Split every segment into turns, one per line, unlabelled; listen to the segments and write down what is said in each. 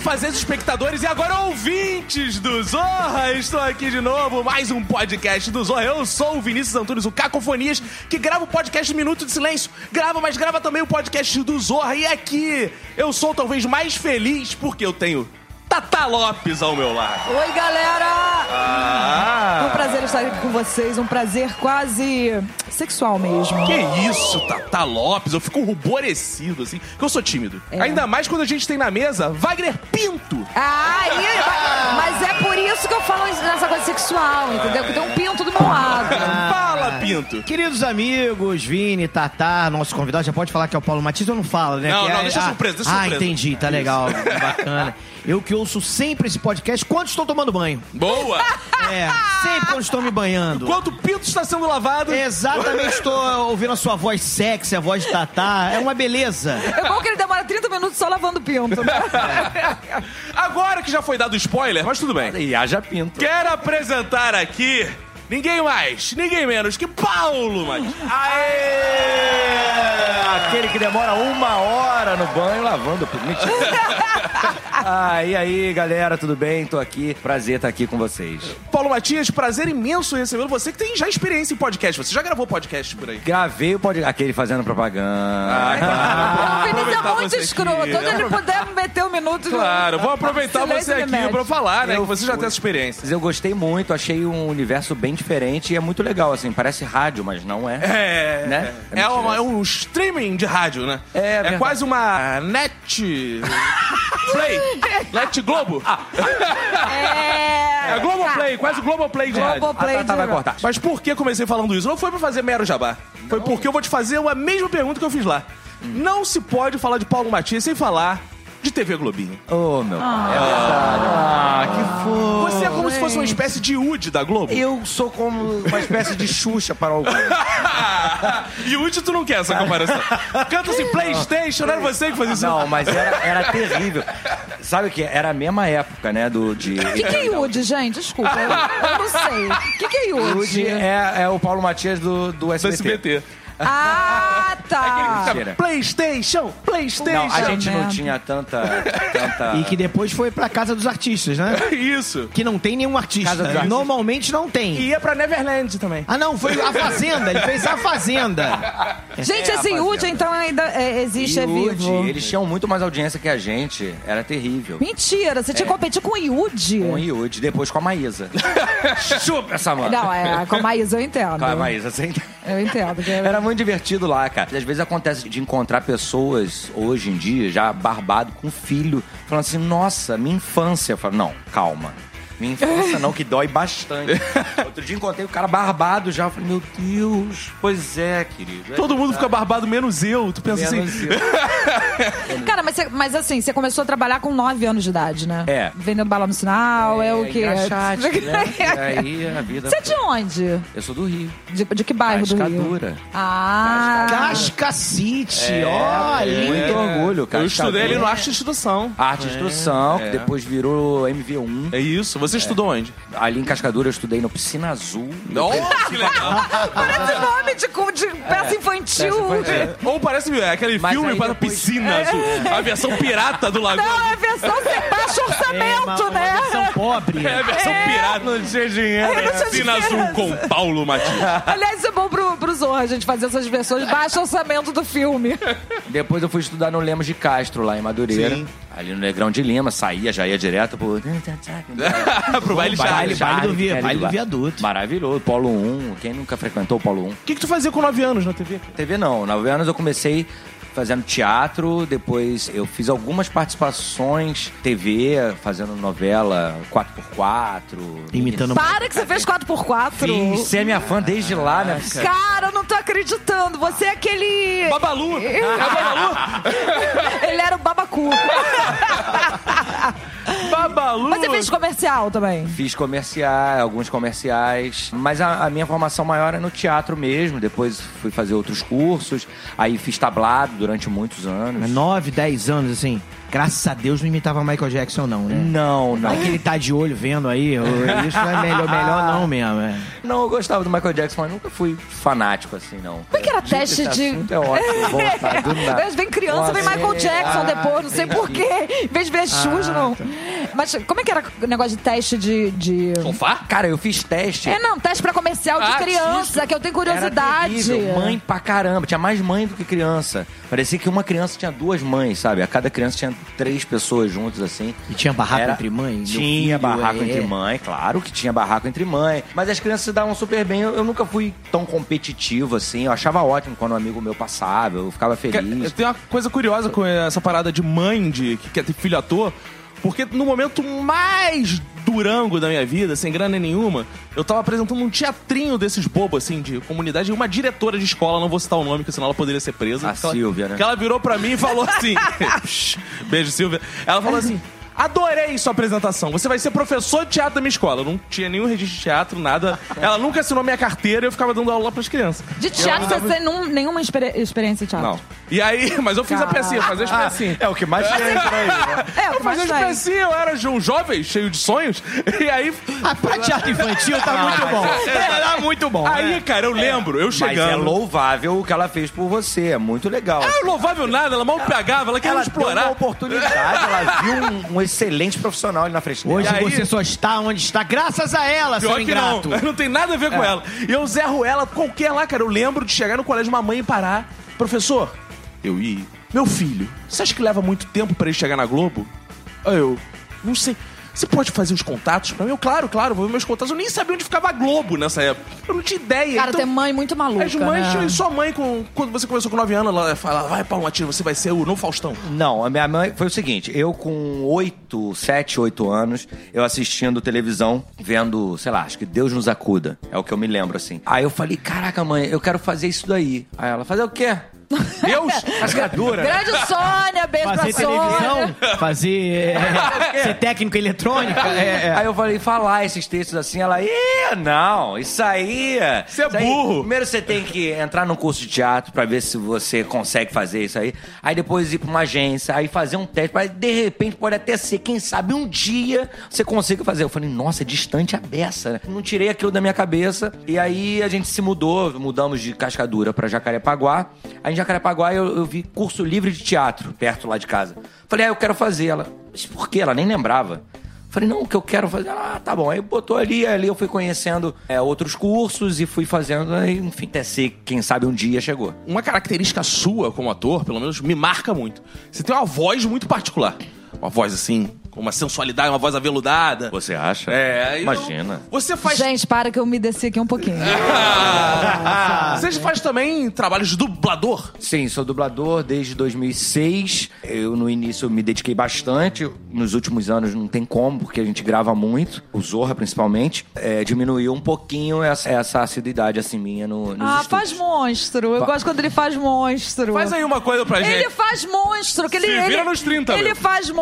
fazeres espectadores e agora ouvintes do Zorra. Estou aqui de novo, mais um podcast do Zorra. Eu sou o Vinícius Antunes, o Cacofonias, que grava o podcast Minuto de Silêncio. Grava, mas grava também o podcast do Zorra. E aqui eu sou talvez mais feliz porque eu tenho Tata Lopes ao meu lado.
Oi, galera! É Um
Ah,
prazer estar aqui com vocês, um prazer quase sexual mesmo.
que isso, Tata Lopes. Eu fico ruborescido, assim, que eu sou tímido. Ainda mais quando a gente tem na mesa Wagner Pinto.
Ah, e- ma- mas é por isso que eu falo isso- nessa coisa sexual, entendeu? Que tem um pinto do meu lado.
Fala, Pinto.
Queridos amigos, Vini, Tatá, nosso convidado, já pode falar que é o Paulo Matias ou não fala, né?
Não,
Que é-
não, deixa
ah,
surpresa, deixa
ah,
surpresa. É
entendi, tá legal, bacana. Eu que ouço sempre esse podcast quando estou tomando banho.
Boa.
É, sempre quando estou me banhando.
Enquanto o pinto está sendo lavado.
É.
Exatamente, estou ouvindo a sua voz sexy, a voz de Tatá, é uma beleza.
É bom que ele demora 30 minutos só lavando o pinto, né?
Agora que já foi dado spoiler, mas tudo bem.
E haja pinto.
Quero apresentar aqui ninguém mais, ninguém menos que Paulo Matias.
Aê! Aquele que demora uma hora no banho lavando o pinto. Mentira. Ah, e aí, galera, tudo bem? Tô aqui. Prazer estar aqui com vocês.
Paulo Matias, prazer imenso recebê-lo. Você que tem já experiência em podcast, você já gravou podcast por aí.
Gravei o podcast. Aquele fazendo propaganda.
o Vinícius é
aproveitar
muito
você aqui.
escroto. Quando ele puder meter um minuto... de-
Claro, vou aproveitar
Silêncio
você aqui
remete.
pra falar, né?
Eu
que você já
fui.
tem essa experiência.
Mas eu gostei muito, achei um universo bem diferente e é muito legal, assim. Parece rádio, mas não é.
É,
Né?
é, uma- é um streaming de rádio, né?
É, verdade.
quase uma net play, net Globo,
É...
é Globoplay, quase Globoplay de rádio.
Globoplay
Ah, tá, tá,
de-
vai cortar.
Mas por que comecei falando isso? Não foi pra fazer mero jabá. Foi porque eu vou te fazer a mesma pergunta que eu fiz lá. Não se pode falar de Paulo Matias sem falar de TV Globinho.
Oh, meu.
Ah, que fofo.
Você é como se fosse uma espécie de Ud da Globo.
Eu sou como uma espécie de Xuxa para alguns.
e Ud tu não quer essa comparação. Canta-se Playstation, não era você que fazia isso.
Não, mas era, era terrível. Sabe o que? Era a mesma época, né? Do, de...
O que, que é Yud, gente? Desculpa, eu, eu não sei. O que, que é
Rude
Yud?
é, é o Paulo Matias do, do
Do
SBT.
SBT.
Ah,
É
tá.
Mentira.
Playstation, Playstation.
Não, a gente não
merda.
tinha tanta. tanta...
E que depois foi pra casa dos artistas, né?
É Isso.
Que não tem nenhum artista.
Casa dos artistas.
Normalmente não tem.
E ia pra Neverland também.
Ah, não, foi a Fazenda, ele fez a Fazenda.
Gente,
É,
esse
rapaziada.
Yud, então, ainda é, existe, é
Yudi,
vivo.
Eles tinham muito mais audiência que a gente. Era terrível.
Mentira, você tinha que competir com o Yud.
É. Com o Yudi, depois com a Maísa. Chupa essa mano.
Não, é, com a Maísa eu entendo.
Com a Maísa, sem.
Eu entendo. que é-
Era muito divertido lá, cara. Às vezes acontece de encontrar pessoas hoje em dia, já barbado, com filho, falando assim, nossa, minha infância. Eu falo, não, calma. Minha infância não, que dói bastante. Outro dia encontrei o cara barbado já. Eu falei, meu Deus, pois é, querido. É
Todo mundo fica barbado, menos eu. Tu pensa
menos
assim.
eu.
Cara, mas, você- mas assim, você começou a trabalhar com 9 anos de idade, né?
É.
Vendendo balão no sinal, é, o quê?
engraxate, né? E aí a vida.
Você é de onde?
Eu sou do Rio.
De, de que bairro do Rio?
Cascadura.
Ah.
Casca City,
É,
olha.
Muito orgulho, cara.
Eu estudei ali no
Cascadura.
Arte de Instrução.
Arte e Instrução, que depois virou MV1.
É isso. Você estudou onde?
Ali em Cascadura eu estudei no Piscina Azul.
Nossa, que legal.
Parece nome de, cu- de peça infantil.
É, peça infantil.
Ou parece é, aquele
Mas
filme
aí
para
depois-
piscina azul. A versão pirata do lagoon.
Não, é versão sem baixo orçamento,
É,
né?
São pobre.
É a versão pirata.
Não tinha dinheiro.
Eu não tinha
Piscina
dinheiro.
azul com Paulo Matias.
Aliás, isso é bom pro, pro Zorra, a gente fazer essas versões baixo orçamento do filme.
Depois eu fui estudar no Lemos de Castro, lá em Madureira.
Sim.
Ali no Negrão de Lima, saía, já ia direto pro.
Pro baile
Baile,
Charles.
baile do,
Charlie,
via,
Kelly
baile do
lá.
viaduto.
Maravilhoso, Polo 1. Quem nunca frequentou o Polo 1?
O que, que tu fazia com 9 anos na TV? cara?
TV não. Nove anos eu comecei fazendo teatro, depois eu fiz algumas participações, TV, fazendo novela 4x4.
Imitando
Para que você fez 4x4.
Fiz, você é minha fã desde lá, né?
É.
Cara, eu não tô acreditando. Você é aquele. É
Babalu. Ah.
Ele era o babacu.
Babalu.
Mas você fez comercial também.
Fiz comerciais, alguns comerciais, mas a, a minha formação maior é no teatro mesmo. Depois fui fazer outros cursos, aí fiz tablado durante muitos anos.
9, 10 anos, assim. Graças a Deus não imitava Michael Jackson, não, né?
Não, não.
Aí que ele tá de olho vendo aí, ô, isso é melhor, melhor não mesmo. é.
Não, eu gostava do Michael Jackson, mas nunca fui fanático assim, não.
Como é que era Cada teste
esse
de.
assunto é ótimo, vou botar do nada.
Vem criança, vem
Nossa,
Michael
é.
Jackson
Ah, tá.
depois, não sei
entendi.
porquê. Em vez de ver Xuxa, não. Mas como é que era o negócio de teste de. de-
Confá?
Cara, eu fiz teste.
É, não, teste pra comercial de
Ah,
criança, que eu tenho
Era
curiosidade.
terrível, mãe pra caramba. Tinha mais mãe do que criança. Parecia que uma criança tinha duas mães, sabe? A cada criança tinha três pessoas juntas, assim.
E tinha barraco entre mãe? Meu filho,
Tinha barraco
é.
entre mãe, claro que tinha barraco entre mãe. Mas as crianças se davam super bem. Eu, eu nunca fui tão competitivo, assim. Eu achava ótimo quando um amigo meu passava. Eu ficava feliz.
Tem uma coisa curiosa com essa parada de mãe de que quer ter filho ator, porque no momento mais durango da minha vida, sem grana nenhuma, eu tava apresentando um teatrinho desses bobos, assim, de comunidade, e uma diretora de escola, não vou citar o nome, porque senão ela poderia ser presa.
A
que ela-
Silvia, né?
Que ela virou pra mim e falou assim... Beijo, Silvia. Ela falou assim... Adorei sua apresentação. Você vai ser professor de teatro da minha escola. Eu não tinha nenhum registro de teatro, nada. Ela nunca assinou minha carteira e eu ficava dando aula lá pras crianças.
De teatro, você tem num- nenhuma experi- experiência de teatro.
Não.
E aí, mas eu fiz a pecinha, fazer as
Assim.
pecinhas.
É o que mais tinha por aí, né?
É, o
Eu
que mais
fazia de
tem.
pecinha, eu era um jovem, cheio de sonhos. E aí.
Ah, pra teatro infantil tá muito bom.
É,
Era muito bom. né?
Aí, cara, eu lembro, eu
Mas é
chegando.
louvável o que ela fez por você. É muito legal.
Ah, louvável nada, ela mal pegava, ela queria
ela
me explorar.
deu uma oportunidade, ela viu um, um excelente profissional ali na frente dela.
Hoje
E aí-
você só está onde está, graças a ela,
Pior
seu
que não,
ingrato.
não tem nada a ver
É.
com ela. E eu zerro ela qualquer lá, cara. Eu lembro de chegar no colégio de mamãe e parar. Professor, eu ia. Meu filho, você acha que leva muito tempo pra ele chegar na Globo? Aí eu, não sei. Você pode fazer os contatos pra mim? Eu, claro, claro, vou ver meus contatos. Eu nem sabia onde ficava a Globo nessa época. Eu não tinha ideia.
Cara, é
então,
tem mãe muito maluca.
As mães,
né?
e sua mãe, com- quando você começou com 9 anos, ela fala, vai, Paulo Matias, você vai ser o não Faustão.
Não, a minha mãe foi o seguinte: eu com 8, 7, 8 anos, eu assistindo televisão, vendo, sei lá, acho que Deus nos acuda. É o que eu me lembro, assim. Aí eu falei: caraca, mãe, eu quero fazer isso daí. Aí ela, fazer o quê?
Deus,
Rasgadura?
Grande Sônia, beijo
Fazer
pra né? Sônia.
televisão, fazer é, ser técnico em eletrônica. É, é.
Aí eu falei, falar esses textos assim, ela, ih, não, isso aí.
Você é
isso aí-
burro.
Primeiro você tem que entrar num curso de teatro pra ver se você consegue fazer isso aí. Aí depois ir pra uma agência, aí fazer um teste, pra, de repente pode até ser, quem sabe um dia você consiga fazer. Eu falei, nossa, é distante a beça, né? Não tirei aquilo da minha cabeça. E aí a gente se mudou, mudamos de Cascadura pra Jacarepaguá. Aí em Jacarepaguá eu, eu vi curso livre de teatro, perto lá de casa. Falei, ah, eu quero fazer. Ela, mas por quê? Ela nem lembrava. Falei, não, o que eu quero fazer? Ela, Ah, tá bom. Aí botou ali, ali eu fui conhecendo é, outros cursos e fui fazendo, aí, enfim, até se, quem sabe, um dia chegou.
Uma característica sua como ator, pelo menos, me marca muito. Você tem uma voz muito particular. Uma voz assim, com uma sensualidade, uma voz aveludada.
Você acha?
É, eu-
Imagina.
você faz. É, Ah!
Gente, para que eu me desci aqui um pouquinho.
Você faz também trabalhos de dublador.
Sim, sou dublador desde 2006. Eu, no início, me dediquei bastante. Nos últimos anos não tem como, porque a gente grava muito. O Zorra, principalmente. É, diminuiu um pouquinho essa, essa assiduidade, assim, minha no, nos
Ah,
estúdios.
faz monstro. Eu gosto quando ele faz monstro.
Faz aí uma coisa pra gente.
Ele é faz monstro. Que ele,
Se vira
ele-
nos 30,
Ele
meu.
faz monstro.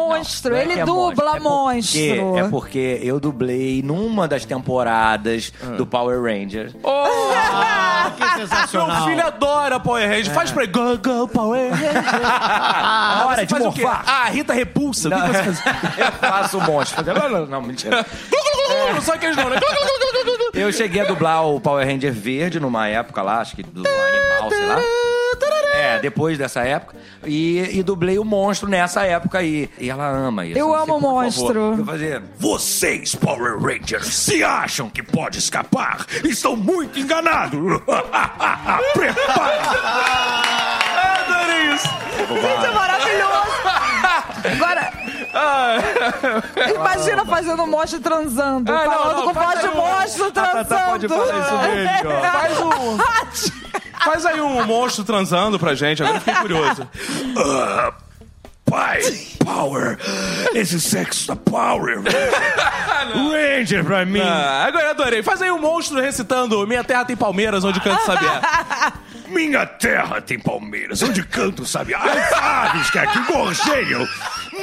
Não é que
ele
é
dubla
monstro. É porque-
monstro.
É porque eu dublei numa das temporadas
Ah.
do Power Rangers.
Ah, que
Meu
sensacional.
filho adora Power Rangers.
É.
Faz pra ele. Go, go, Power Rangers.
Ah,
Você faz o quê? Ah, Rita Repulsa. O que que você faz?
Eu faço o monstro. Não, não, não, mentira.
Só que eles não, né?
Eu cheguei a dublar o Power Ranger verde numa época lá, acho que do animal, sei lá. É, depois dessa época. E, e dublei o monstro nessa época aí. E ela ama isso.
Eu
Não sei
amo o
por favor.
monstro.
Eu fazia.
Vocês, Power Rangers, se acham que pode escapar? Estão muito enganados! Prepare!
Adorei isso.
Gente, é maravilhoso. Agora. Imagina fazendo um monstro transando.
É. Ah, não,
falando
não,
com voz
faz
de
um- tá,
monstro transando. É.
Faz um. Faz aí um monstro transando pra gente, agora eu fiquei curioso.
Pai, Power! Esse sexo tá Power! Ranger pra mim!
Ah, agora eu adorei. Faz aí um monstro recitando Minha Terra Tem Palmeiras, onde canta é. sabiá.
Minha terra tem palmeiras, onde canto sabe as aves que aqui gorjeiam,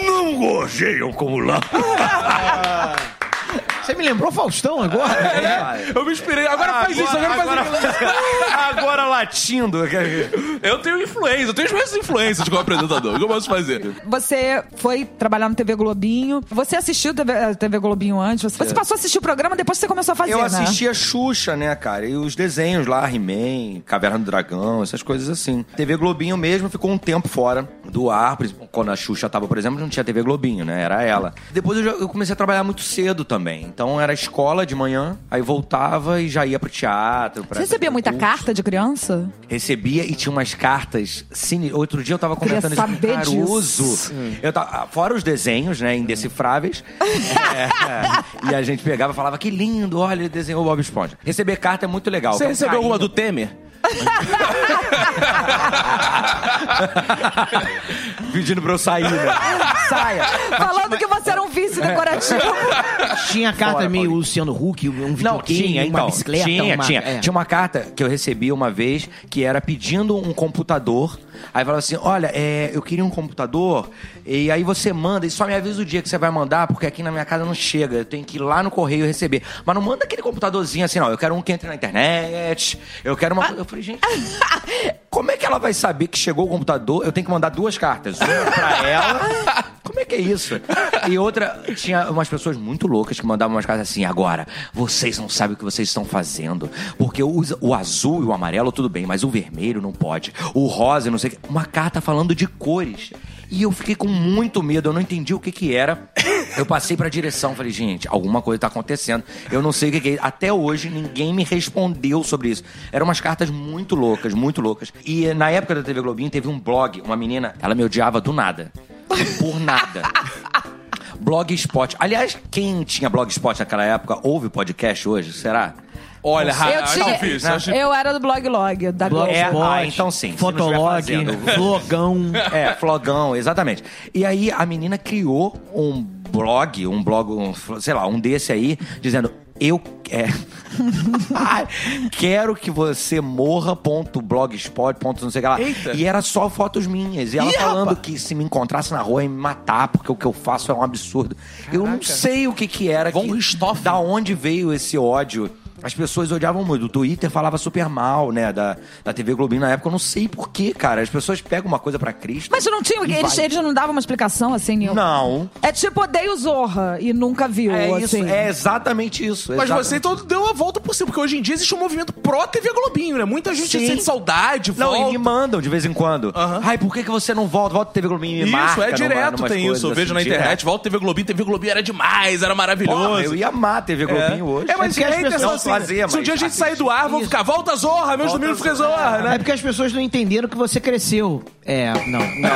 não gorjeiam como lá.
é- Você me lembrou Faustão agora?
É.
Eu me inspirei. Agora faz isso, agora, faz isso.
agora latindo.
Eu tenho influência, eu tenho as minhas influências como apresentador. O que eu posso fazer?
Você foi trabalhar no TV Globinho. Você assistiu TV, eh, TV Globinho antes? Você, você passou a assistir o programa depois que você começou a fazer,
É. Eu
né?
assistia Xuxa, né, cara? E os desenhos lá, He-Man, Caverna do Dragão, essas coisas assim. TV Globinho mesmo ficou um tempo fora do ar. por exemplo, Quando a Xuxa tava, por exemplo, não tinha TV Globinho, né? Era ela. Depois eu, já- eu comecei a trabalhar muito cedo também. Então era escola de manhã, aí voltava e já ia pro teatro. pra
Você recebia
fazer
muita
curso.
carta de criança?
Recebia e tinha umas cartas. Cine... Outro dia eu tava comentando isso com o
saber disso.
Caruso. Eu tava... Fora os desenhos, né? Indecifráveis. É. E a gente pegava e falava: que lindo, olha, ele desenhou o Bob Esponja. Receber carta é muito legal.
Você
que é um
recebeu
carinho.
alguma do Temer?
Pedindo pra eu sair, né? Saia!
Falando que você era um vício decorativo.
Tinha carta
Fora,
meio
Paulinho.
Luciano Huck, um
Não,
videogame,
tinha,
uma
então.
bicicleta.
tinha,
uma-
tinha.
é.
Tinha uma carta que eu recebi uma vez que era pedindo um computador. Aí falava assim: olha, é, eu queria um computador. E aí você manda, e só me avisa o dia que você vai mandar, porque aqui na minha casa não chega. Eu tenho que ir lá no correio receber. Mas não manda aquele computadorzinho assim, não. Eu quero um que entre na internet. Eu quero
Ah,
uma. Eu falei, gente. Como é que ela vai saber que chegou o computador? Eu tenho que mandar duas cartas. Uma pra ela. Como é que é isso? E outra, tinha umas pessoas muito loucas que mandavam umas cartas assim: agora, vocês não sabem o que vocês estão fazendo. Porque o, o azul e o amarelo, tudo bem, mas o vermelho não pode. O rosa, não sei o que. Uma carta falando de cores. E eu fiquei com muito medo, eu não entendi o que que era. Eu passei pra direção, falei, gente, alguma coisa tá acontecendo. Eu não sei o que que é. Até hoje, ninguém me respondeu sobre isso. Eram umas cartas muito loucas, muito loucas. E eh, na época da TV Globinho, teve um blog, uma menina, ela me odiava do nada. Por nada. Blogspot. Aliás, quem tinha Blogspot naquela época, ouve podcast hoje, será?
Olha,
Ah,
eu,
Rafa,
tinha-
difícil, acho-
eu era do Blog Log, da Globo.
É,
Blogspot,
ah, então sim, se não
Fotolog,
estiver fazendo.
flogão.
É, flogão, exatamente. E aí a menina criou um blog, um blog, um, sei lá, um desse aí, dizendo: Eu é, quero que você morra.blogspot. não sei o que lá.
Eita.
E era só fotos minhas. E ela
Ih,
falando
rapaz.
que se me encontrasse na rua ia me matar, porque o que eu faço é um absurdo. Eu não sei o que que era.
Von
que-
Richthofen.
Da onde veio esse ódio? As pessoas odiavam muito. O Twitter falava super mal, né? Da, da TV Globinho na época. Eu não sei porquê, cara. As pessoas pegam uma coisa pra Cristo.
Mas não tinha, eles, eles não davam uma explicação assim nenhuma.
Não.
É tipo, odeio Zorra e nunca viu,
É, isso,
assim.
é exatamente isso.
Mas
exatamente.
você então deu a volta por cima, porque hoje em dia existe um movimento pró-TV Globinho, né? Muita gente
Sim.
sente saudade,
Não,
volta.
e me mandam de vez em quando.
Aham.
Ai, por que, que você não volta? Volta TV Globinho e me
Isso,
marca.
é
numa-
direto,
numas
tem
coisas
isso. Eu
assim,
vejo na
direto.
internet, volta TV Globinho, TV Globinho era demais, era maravilhoso.
Porra, eu ia amar TV Globinho hoje.
É, mas
É porque
é a
as pessoas
intenção
não
assim.
faziam,
se um dia a
mas
gente sair do ar, vão
isso.
ficar, volta Zorra, meus domingos fica Zorra,
É
né?
porque as pessoas não entenderam que você cresceu. É, não. não.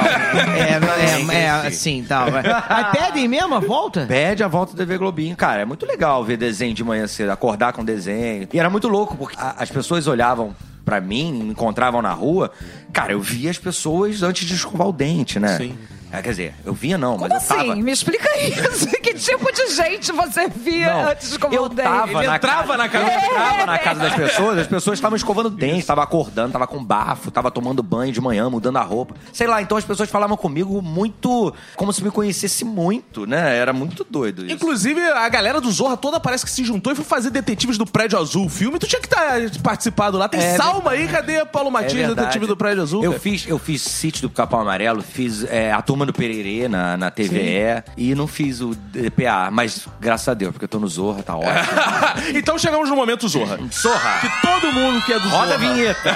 É, não, é, é, assim, tal. vai. Mas pedem mesmo a volta?
Pede a volta do TV Globinho, cara. É muito legal ver desenho de manhã cedo, acordar com desenho. E era muito louco, porque a- as pessoas olhavam pra mim, me encontravam na rua. Cara, eu via as pessoas antes de escovar o dente, né?
Sim.
É, quer dizer, eu via não,
Como
mas eu tava.
assim? Me explica isso. que tipo de gente você via
Não,
antes de como
eu tava
Ele
na
entrava
casa-
na
É.
casa-
eu entrava na casa das pessoas, as pessoas estavam escovando dente, estavam acordando, estavam com bafo, estavam tomando banho de manhã, mudando a roupa. Sei lá, então as pessoas falavam comigo muito como se me conhecesse muito, né? Era muito doido isso.
Inclusive, a galera do Zorra toda parece que se juntou e foi fazer Detetives do Prédio Azul. O filme, tu tinha que estar participado lá. Tem
É
Salma aí, cadê Paulo
É
Matias,
verdade.
Detetive do Prédio Azul?
Eu
cara?
fiz, eu fiz Sítio do Capão Amarelo, fiz é, A Turma do Pererê na, na TVE e não fiz o DPA, mas graças a Deus, porque eu tô no Zorra, tá ótimo.
então chegamos no momento Zorra.
Zorra!
Que todo mundo que é do
Roda
Zorra.
a vinheta!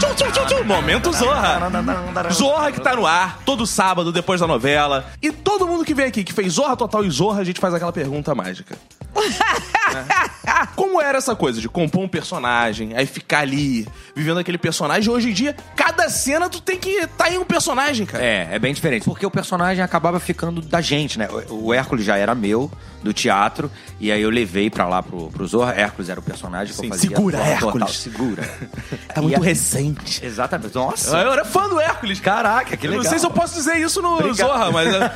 Tchum, tchum, tchum, tchum. Momento Zorra. Zorra que tá no ar, todo sábado, depois da novela. E todo mundo que vem aqui, que fez Zorra Total e Zorra, a gente faz aquela pergunta mágica. Né? Como era essa coisa de compor um personagem, aí ficar ali, vivendo aquele personagem? Hoje em dia, cada cena tu tem que estar tá em um personagem, cara.
É, é bem diferente. Porque o personagem acabava ficando da gente, né? O, o Hércules já era meu, do teatro, e aí eu levei pra lá pro, pro Zorra. Hércules era o personagem que
Sim,
eu fazia.
segura,
total,
Hércules.
total, segura.
Tá muito
E a-
recente.
Exatamente. Nossa.
Eu era fã do Hércules, cara.
Caraca, que
Eu
legal.
não sei se eu posso dizer isso no
Obrigado.
Zorra, mas. eh,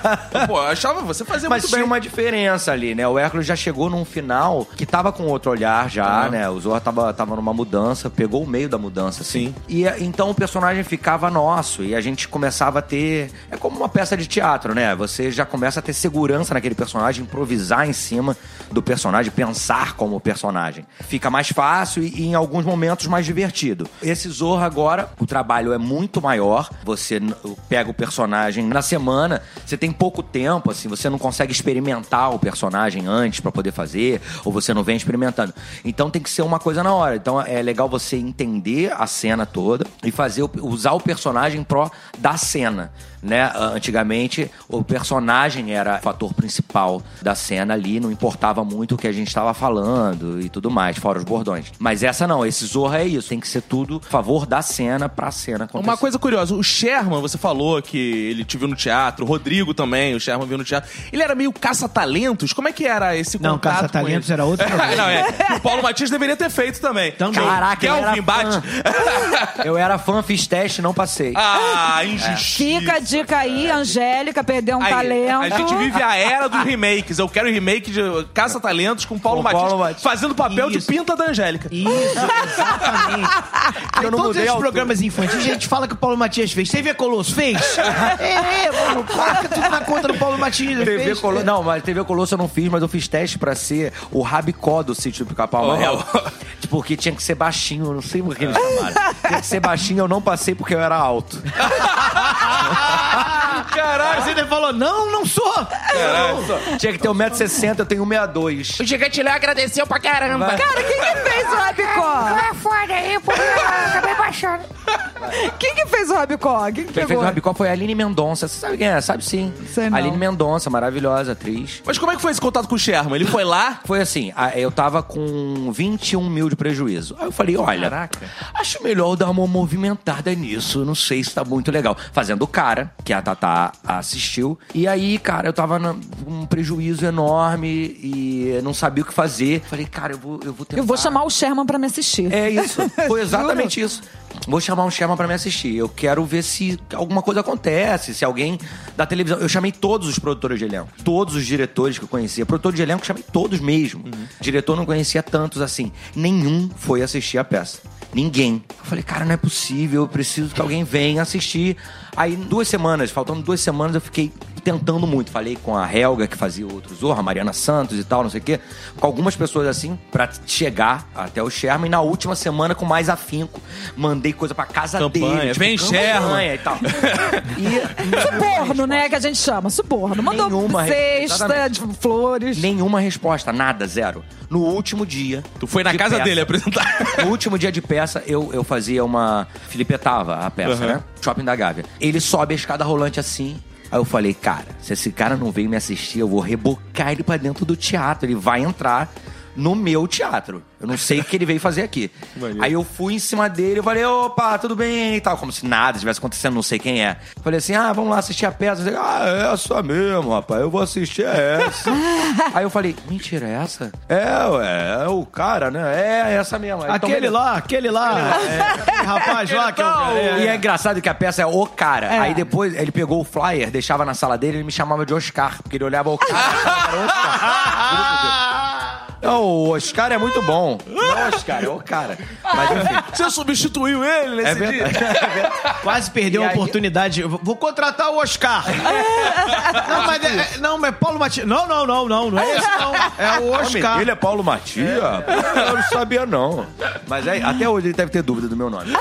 Pô, eu achava você fazia
Mas
muito
tinha
bem.
uma diferença ali, né? O Hércules já chegou num final que tava com outro olhar já,
Tá.
né? O Zorra tava, tava numa mudança, pegou o meio da mudança, assim.
Sim.
E eh, então o personagem ficava nosso e a gente começava a ter. É como uma peça de teatro, né? Você já começa a ter segurança naquele personagem, improvisar em cima do personagem, pensar como o personagem. Fica mais fácil e, e em alguns momentos mais divertido. Esse Zorra agora, o trabalho é muito maior. Você n- pega o personagem na semana, você tem pouco tempo, assim, você não consegue experimentar o personagem antes pra poder fazer, ou você não vem experimentando. Então tem que ser uma coisa na hora. Então é legal você entender a cena toda e fazer o- usar o personagem em pró da cena. Né? Antigamente, o personagem era o fator principal da cena ali, não importava muito o que a gente estava falando e tudo mais, fora os bordões. Mas essa não, esse Zorra é isso, tem que ser tudo a favor da cena pra cena acontecer.
Uma coisa curiosa, o Sherman, você falou que ele te viu no teatro, o Rodrigo também, o Sherman viu no teatro. Ele era meio caça-talentos? Como é que era esse
Não,
contato com
Caça-Talentos
ele?
era outro programa.
Não, é. O Paulo Matias deveria ter feito também. é
Também.
Caraca, eu era
Kelvin bate.
fã. Eu era fã, fiz teste, não passei.
Ah, injustiça.
Fica a dica aí, Angélica, perdeu um
Aí,
talento.
A gente vive a era dos remakes. Eu quero remake de Caça-Talentos com Paulo,
Com Paulo
Matias,
Matias.
fazendo papel
Isso.
de pinta da Angélica.
Isso, exatamente.
Eu não
todos
mudei a
esses
altura.
programas infantis, a gente fala que o Paulo Matias fez. TV Colosso fez? é, é, mano, coloca tudo na conta do Paulo Matias.
TV
fez.
Colosso. Não, mas TV Colosso eu não fiz, mas eu fiz teste pra ser o rabicó do sítio do Pica-Pau Amarelo. Porque tinha que ser baixinho, eu não sei por que eles chamaram. Tinha que ser baixinho, eu não passei porque eu era alto.
Caralho,
Mas ele falou, não, não sou.
Tinha que ter 1,60m, eu tenho 1,62m.
o gigante lá agradeceu pra caramba.
Cara, quem que fez o Rabicó?
Vai fora aí, porque eu acabei baixando.
Quem que fez o Rabicó? Quem que
Quem fez
pegou?
o rabicó foi a Aline Mendonça. Você sabe quem é? Sabe sim.
Sei não.
Aline Mendonça, maravilhosa atriz.
Mas como é que foi esse contato com o Sherman? Ele foi lá?
Foi assim, a- eu tava com 21 mil de prejuízo. Aí eu falei, olha, acho melhor eu dar uma movimentada nisso. Não sei se tá muito legal. Fazendo o cara, que a Tatá assistiu. E aí, cara, eu tava na- com um prejuízo enorme e não sabia o que fazer. Falei, cara, eu vou, eu vou tentar.
Eu vou chamar o Sherman pra me assistir.
É isso. Foi exatamente isso. Vou chamar um Sherman pra me assistir. Eu quero ver se alguma coisa acontece, se alguém da televisão. Eu chamei todos os produtores de elenco, todos os diretores que eu conhecia. Produtor de elenco, chamei todos mesmo. Diretor não conhecia tantos assim. Nenhum foi assistir a peça. Ninguém. Eu falei, cara, não é possível, eu preciso que alguém venha assistir. Aí, duas semanas, faltando duas semanas, eu fiquei tentando muito. Falei com a Helga, que fazia outros Zorra, Mariana Santos e tal, não sei o quê. Com algumas pessoas assim, pra chegar até o Sherman. E na última semana, com mais afinco, mandei coisa pra casa
Campanha.
dele. tipo,
Vem, Sherman.
e tal. E
Suborno, né? Que a gente chama. Suborno. Mandou
Nenhuma re-
cesta de
Exatamente.
flores.
nenhuma resposta, nada, zero. No último dia.
Tu foi na
de
casa
peça,
dele apresentar.
No último dia de peça, eu, eu fazia uma. Filipetava a peça,
Uhum.
né? Shopping da Gávea. Ele sobe a escada rolante assim. Aí eu falei, cara, se esse cara não veio me assistir, eu vou rebocar ele pra dentro do teatro. Ele vai entrar no meu teatro. Eu não sei o que ele veio fazer aqui.
Maneiro.
Aí eu fui em cima dele, eu falei, opa, tudo bem e tal. Como se nada estivesse acontecendo, não sei quem é. Falei assim, ah, vamos lá assistir a peça. Ele, ah, essa mesmo, rapaz, eu vou assistir é essa. Aí eu falei, mentira, é essa? É, ué, é o cara, né? É essa mesmo. Aí, então,
Aquele
beleza.
lá, aquele lá. é, aquele rapaz lá que é o...
E
É,
é engraçado que a peça é o cara. Aí depois ele pegou o flyer, deixava na sala dele e ele me chamava de Oscar, porque ele olhava o cara. e achava que era o Oscar. Juro por Deus. Não, o Oscar é muito bom. Não é o Oscar, é o cara. Mas enfim.
Você substituiu ele nesse
É verdade.
dia?
quase perdeu
E
a
aí-
oportunidade. Eu vou- Vou contratar o Oscar. não, mas é, é- não, mas Paulo Matias. Não, não, não, não, não é esse não. É o Oscar.
Ele é Paulo Matias? Eu não sabia, não. Mas aí, até hoje ele deve ter dúvida do meu nome.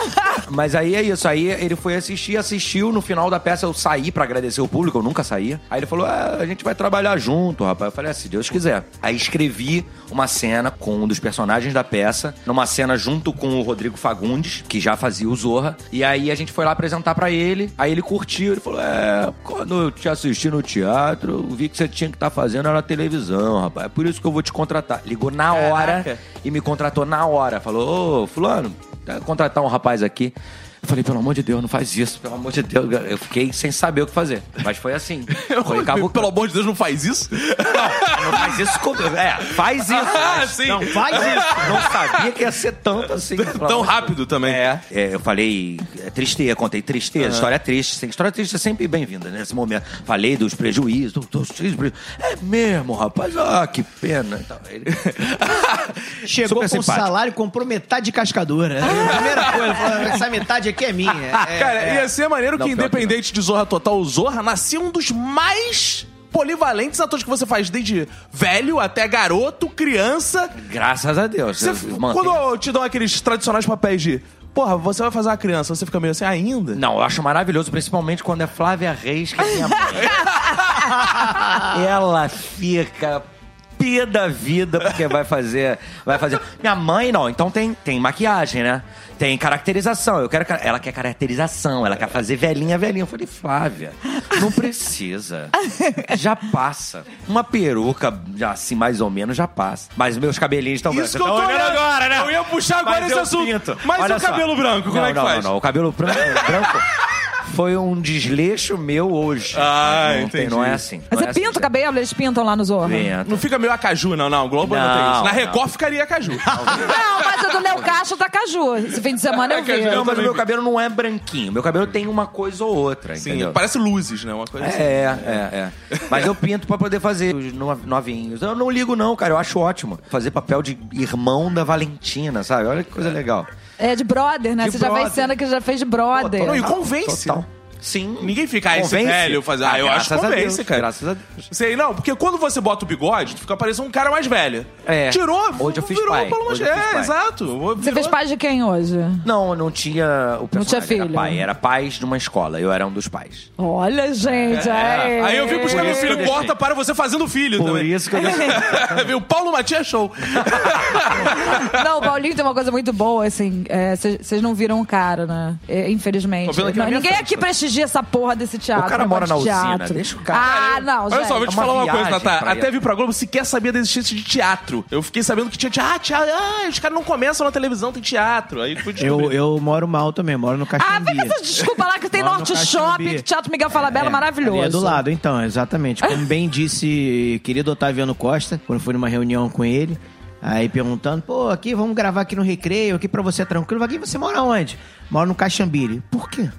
Mas aí é isso. Aí ele foi assistir, assistiu. No final da peça eu saí pra agradecer o público, eu nunca saía. Aí ele falou: "Ah, a gente vai trabalhar junto, rapaz. Eu falei: "Ah, se Deus quiser. Aí escrevi uma cena com um dos personagens da peça, numa cena junto com o Rodrigo Fagundes, que já fazia o Zorra. E aí a gente foi lá apresentar pra ele. Aí ele curtiu, ele falou: É, quando eu te assisti no teatro, eu vi que você tinha que estar fazendo era na televisão, rapaz. É por isso que eu vou te contratar. Ligou na hora e me contratou na hora. Falou: Ô, Fulano, quer contratar um tá, rapaz aqui. Eu falei, pelo amor de Deus, não faz isso, pelo amor de Deus. Eu fiquei sem saber o que fazer. Mas foi assim. Foi acabou.
Pelo amor de Deus, não faz isso.
Não faz isso comigo. É, faz isso.
Ah,
mas
sim.
Não faz isso. Não sabia que ia ser tanto assim.
Tão rápido também.
É. É, eu falei é, tristeza, contei tristeza, história triste. Sim, história triste é sempre bem-vinda nesse momento. Falei dos prejuízos, do- dos prejuízos. É mesmo, rapaz. Ah, que pena. Então, ele- é
Chegou
Super
com o
simpático.
salário, comprou metade de cascadora. É A primeira coisa, falou, essa metade aqui é minha. É,
Ah, Cara,
é.
ia ser maneiro
Não,
que,
pior que
independente de Zorra Total, o Zorra nascia um dos mais polivalentes atores que você faz desde velho até garoto, criança.
Graças a Deus.
Você-
eu mantenho-
quando te dão aqueles tradicionais papéis de, porra, você vai fazer uma criança, você fica meio assim, ainda?
Não, eu acho maravilhoso, principalmente quando é Flávia Reis, que é minha mãe. Ela fica pé da vida, porque vai fazer. Vai fazer. Minha mãe, não, então tem, tem maquiagem, né? Tem caracterização. Eu quero, ca- ela quer caracterização, ela quer fazer velhinha, velhinha. Eu falei, Flávia, não precisa. Já passa. Uma peruca, já, assim, mais ou menos, já passa. Mas meus cabelinhos estão
Isso que eu tô olhando. Eu ia puxar agora
né? Mas
esse
eu
assunto.
pinto.
Mas
Olha
o
só.
cabelo branco, como
Não,
é que
não,
faz?
Não, não, o cabelo bran- branco foi um desleixo meu hoje.
Ah,
não, tem-
entendi.
não é assim.
Mas
não
você pinta o cabelo, eles pintam lá no Zorro.
cabelo?
Não fica meio acaju, não, não. Globo não, tem
Não,
isso. Na
não.
Record ficaria acaju.
Não, mas o do Léo Castro tá caju. Esse fim de semana eu vi.
Não, mas o
também
meu
vi.
cabelo não é branquinho. Meu cabelo tem uma coisa ou outra,
Sim,
entendeu?
Assim, parece luzes, né? Uma coisa assim.
É, é, é. Mas eu pinto pra poder fazer os no- novinhos. Eu não ligo, não, cara. Eu acho ótimo. Fazer papel de irmão da Valentina, sabe? Olha que coisa legal.
É de brother, né?
De
você já
brother.
fez cena que já fez de brother.
Não, e convence. né?
Total. Sim.
Ninguém fica, ah, esse
Convence?
velho fazer- Ah, eu acho
graças a
convence,
Deus,
cara.
Graças a Deus.
Sei, não, porque quando você bota o bigode, tu fica parecendo um cara mais velho.
É.
Tirou,
Hoje eu fiz
virou
pai.
pelo mais
Hoje eu fiz
É,
pai.
exato. Virou-
Você fez pai de quem hoje?
Não, não tinha. O personagem
tinha filho. né?
Era pai. Era pais de uma escola. Eu era um dos pais.
Olha, gente. ai.
Aí eu vim buscar
Por
meu
isso que
filho,
É. eu deixei.
corta para você fazendo filho
Por
também.
isso que eu deixei.
Viu? Paulo Matias Show.
Não, o Paulinho tem uma coisa muito boa, assim. Vocês não viram o cara, né? É, infelizmente.
Tô vendo aqui na
Não,
minha
ninguém
frente,
aqui
né?
prestigia essa porra desse teatro.
O cara
negócio
mora na
de
usina,
teatro.
deixa o cara.
Ah, não,
Olha
gente.
só, vou te
é uma
falar uma coisa,
viagem
Natália.
pra
Até
ir.
vim pra Globo sequer sabia da existência de teatro. Eu fiquei sabendo que tinha teatro. Ah, teatro. Ah, os caras não começam na televisão, tem teatro. Aí fui
Eu,
descobrir.
eu moro mal também, moro no
Ah,
Caxambi.
fica essa desculpa lá que tem
Moro no
Norte
Caxambi.
Shopping, Teatro Miguel Falabella, maravilhoso.
ali É do lado, então, exatamente. Como bem disse querido Otaviano Costa, quando eu fui numa reunião com ele, aí perguntando, pô, aqui, vamos gravar aqui no Recreio, aqui pra você é tranquilo. Aqui você mora onde? Moro no Caxambiri. Por quê?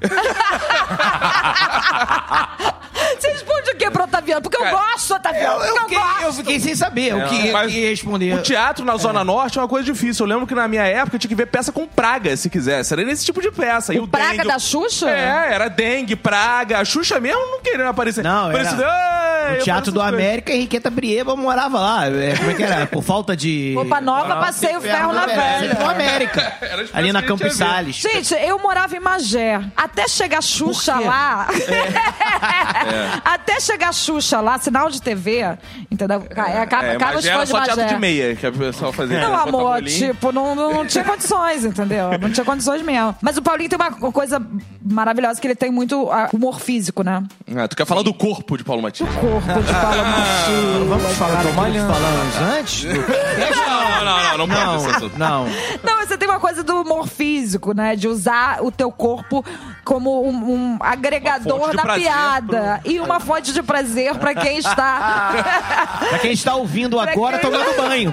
Você responde o quê pro Otaviano? Porque eu gosto, Otaviano. porque eu gosto.
eu fiquei sem saber o que,
É, mas
que responder.
O teatro na Zona Norte é uma coisa difícil. Eu lembro que na minha época tinha que ver peça com praga, se quisesse. Era nesse tipo de peça. E o
Praga
dengue,
da Xuxa?
É, era dengue, praga. A Xuxa mesmo não querendo aparecer.
Não, era-
Parecia, "Ai,
No
eu
Teatro
faço
do
essas coisas."
América, Henriqueta Brieba morava lá. É, Como é que era? Por falta de. É,
Roupa nova, passei o ferro na velha.
No América.
Era as
Ali
peças que
na
a
Campos
gente ia ver.
Salles.
Gente, eu morava em Magé. Até chegar Xuxa lá.
É.
Até chegar Xuxa lá, sinal de TV. Entendeu? É, acaba,
É,
acaba
mas
os
era
fãs de
só
Magé.
teatro de meia né? que a pessoa fazia.
Não,
Botava
amor,
bolinha.
tipo, não, não, não tinha condições, entendeu? Não tinha condições mesmo. Mas o Paulinho tem uma coisa maravilhosa que ele tem muito ah, humor físico, né?
Ah, tu quer falar do corpo de Paulo Matias?
Corpo de Paulo Matias.
Vamos falar do que falamos antes?
Não, não, não, não pode ser
Não,
assunto.
não.
Não, você tem uma coisa do humor físico, né? De usar o teu corpo como um, um
fonte
agregador
de
da
prazer
piada. E uma fonte de prazer pra quem está.
Pra quem está ouvindo
Pra
agora,
quem-
tomando banho.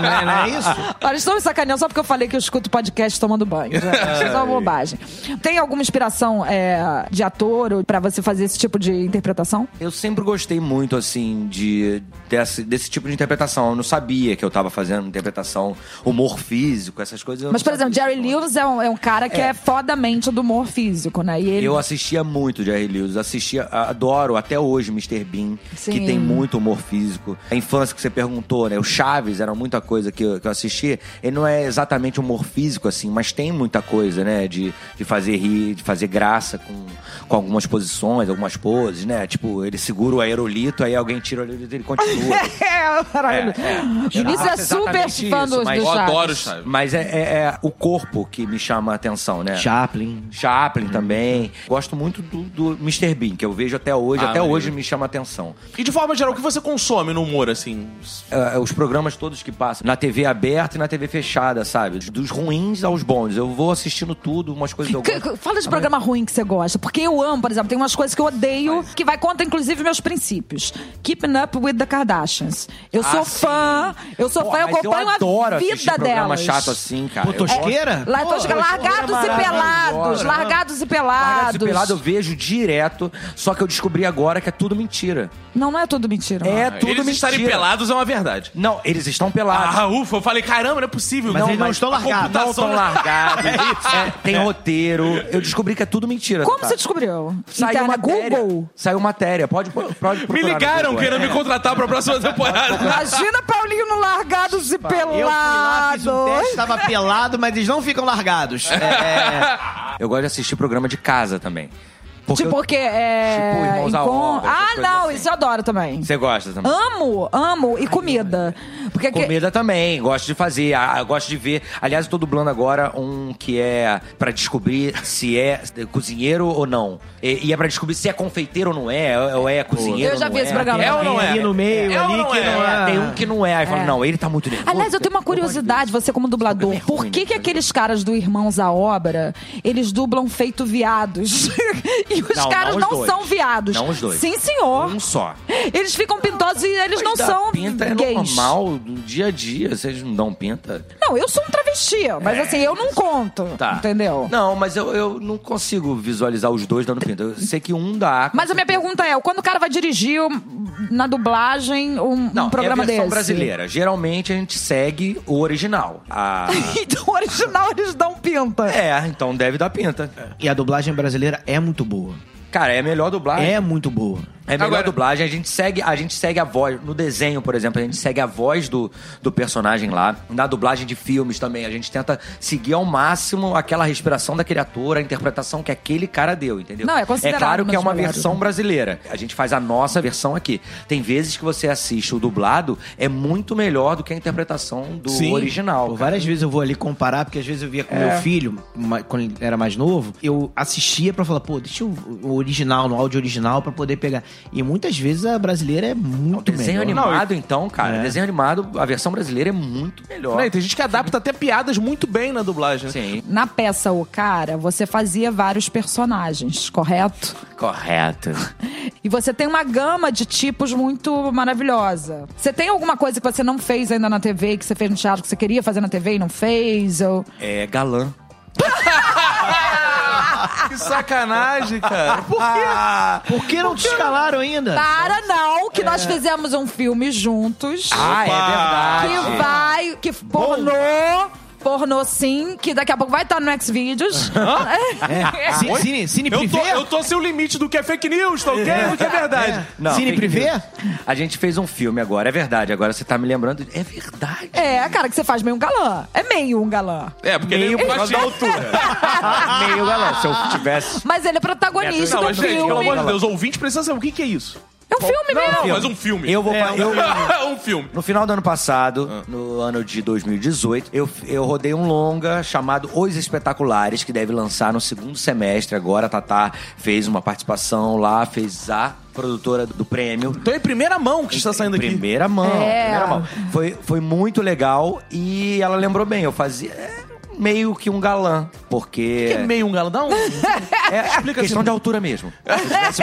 Não é, não é isso?
Olha, estão me sacaneando só porque eu falei que eu escuto podcast tomando banho. gente. Isso é uma bobagem. Tem alguma inspiração é, de ator ou pra você fazer esse tipo de interpretação?
Eu sempre gostei muito, assim, de, desse, desse tipo de interpretação. Eu não sabia que eu tava fazendo interpretação, humor físico, essas coisas. eu
Mas,
não
por exemplo,
sabia.
Jerry Lewis é um, é um cara que é. fodamente do humor físico, né? E ele...
Eu assistia muito Jerry Lewis, assistia, adoro até hoje Mr. Bean,
Sim.
que tem muito humor físico. A infância que você perguntou, né? O Chaves era muita coisa que eu, que eu assisti. Ele não é exatamente humor físico, assim, mas tem muita coisa, né? De, de fazer rir, de fazer graça com, com algumas posições, algumas poses, né? Tipo, ele segura a aerolito, aí alguém tira o aerolito e ele continua.
É, caralho. Vinícius é
Nossa,
super
Ah, exatamente
fã
isso,
do,
mas-
do
Eu
Eu
Chaves.
adoro Chaves.
Mas é, é- é o corpo que me chama a atenção, né?
Chaplin.
Chaplin
Uhum.
também. Gosto muito do, do Mr. Bean, que eu vejo até hoje.
Ah,
até
maneiro.
hoje me chama a atenção.
E de forma geral, o que você consome no humor, assim?
É, os programas todos que passam na TV aberta e na TV fechada, sabe? Dos ruins aos bons. Eu vou assistindo tudo, umas coisas que eu
Que-
gosto.
que- Fala de programa ruim que você gosta, porque eu amo, por exemplo, tem umas coisas que eu odeio, que vai contra, inclusive, meus princípios. Keeping up with the Kardashians. Eu sou fã, eu sou
Ah, Pô,
fã, eu
mas
acompanho
adoro
a vida
assistir programa
delas.
chato assim, cara.
Pô,
Eu gosto.
tosqueira?
É,
é
Lá, tô chegando- largados e pelados, largados e
maravilhosa. Largados e
pelados.
Pelados eu vejo direto, só que eu descobri agora que é tudo mentira.
Não, não é tudo mentira.
É
mano.
tudo
Ah, Eles
mentira.
estarem pelados é uma verdade.
Não, eles estão pelados.
Ah, ufa, eu falei, caramba, não é possível.
Mas eles não estão
a
largados,
não
computação
estão largados. É, tem roteiro. Eu descobri que é tudo mentira.
Como
tá?
você descobriu?
Saiu
Interna-
matéria.
Google.
Saiu matéria. Pode, pode procurar
Me
no
ligaram
Google.
querendo
É.
me contratar pra próxima temporada.
Imagina Paulinho no largados e
Eu fui lá, fiz um teste,
pelados.
tava pelado, mas eles não ficam largados. É,
Eu gosto de assistir programa de casa também. Porque
Tipo,
eu-
porque é.
Tipo, irmãos à
encon-
obra, essas
Ah,
coisas
não,
assim.
isso eu adoro também.
Você gosta também?
Amo, amo. E comida. Porque que-
Comida também, gosto de fazer, ah, eu gosto de ver. Aliás, eu tô dublando agora um que é pra descobrir se é cozinheiro ou não. E, e é pra descobrir se é confeiteiro ou não é, ou é cozinheiro.
Eu já
ou não
vi
é.
esse programa.
É ou não é?
ali no meio,
É ou
ali
não
que
é?
não é.
Tem um que não é, aí fala,
É.
não, ele tá muito nervoso.
Aliás, eu tenho uma curiosidade, você como dublador,
Esse programa
por
é ruim,
que, que
né?
aqueles caras do Irmãos à Obra, eles dublam feito viados? e os
Não,
caras
não os
não,
dois.
são viados.
Não os dois.
Sim, senhor.
Um só.
Eles ficam pintosos e eles não
Dar
são
pinta é
gays.
normal do dia a dia, vocês não dão pinta.
Não, eu sou um travesti, mas assim, eu não conto,
É. Tá.
entendeu?
Não, mas eu, eu não consigo visualizar os dois dando pinta. Eu sei que um dá. com
Mas a minha pergunta é, quando o cara vai dirigir um- na dublagem um, um
Não,
programa
é a versão
desse?
brasileira. Geralmente a gente segue o original. A-
então, original, eles dão pinta.
é, então deve dar pinta.
E a dublagem brasileira é muito boa.
Cara, é a melhor dublagem. É,
É muito boa.
melhor
Agora-
dublagem. A gente, segue, a gente segue a voz. No desenho, por exemplo, a gente segue a voz do, do personagem lá. Na dublagem de filmes também, a gente tenta seguir ao máximo aquela respiração daquele ator, a interpretação que aquele cara deu, entendeu?
Não, é considerado
É claro que é uma
uma das melhores.
versão brasileira. A gente faz a nossa versão aqui. Tem vezes que você assiste o dublado, é muito melhor do que a interpretação do
Sim.
original.
Pô,
cara.
várias vezes eu vou ali comparar, porque às vezes eu via com meu filho, ma- quando ele era mais novo, eu assistia pra falar, pô, deixa eu- o original, no áudio original, pra poder pegar. E muitas vezes a brasileira é
Não,
muito
um desenho
melhor.
animado, então, cara.
É.
Desenho animado, a versão brasileira é muito melhor.
Né, tem gente que adapta até piadas muito bem na dublagem. né?
Sim,
Na peça O Cara, você fazia vários personagens, correto?
correto.
E você tem uma gama de tipos muito maravilhosa. Você tem alguma coisa que você não fez ainda na TV, que você fez no teatro, que você queria fazer na TV e não fez? Ou...
É galã.
Que sacanagem, cara. Por quê?
Ah,
Por que não Tá. te escalaram
É.
ainda?
Para não, que nós fizemos um filme juntos.
Ah, é
que vai, que pornô, pornô sim, que daqui a pouco vai estar no Xvideos.
É. Ci-
Oi?
Cine, cine
Eu tô,
privê?
eu tô sem o limite do que é fake news, tá ok? Do que é verdade.
Cine
fake
privê?
news. A gente fez um filme agora, é verdade. Agora você tá me lembrando. É verdade.
É, cara, que você faz meio um galã. É meio um galã.
É, porque
Meio
ele é
por causa da altura. Meio galã. Se eu tivesse.
Mas ele é protagonista
Não,
do
mas, gente, pelo
filme.
amor de Deus, o ouvinte precisa saber o que, que é isso.
É um filme mesmo.
Não, mas um filme.
Eu vou.
É,
fa- eu-
um filme.
No final do ano passado,
Ah.
no ano de 2018, eu, eu rodei um longa chamado Os Espetaculares, que deve lançar no segundo semestre agora. A Tatá fez uma participação lá, fez a produtora do prêmio.
Então é em primeira mão que está saindo aqui.
Primeira mão,
É.
primeira mão. Foi, foi muito legal e ela lembrou bem, eu fazia é, meio que um galã, porque...
Que é meio um galo, dá um.
é
Explica
questão
assim.
de altura mesmo. Se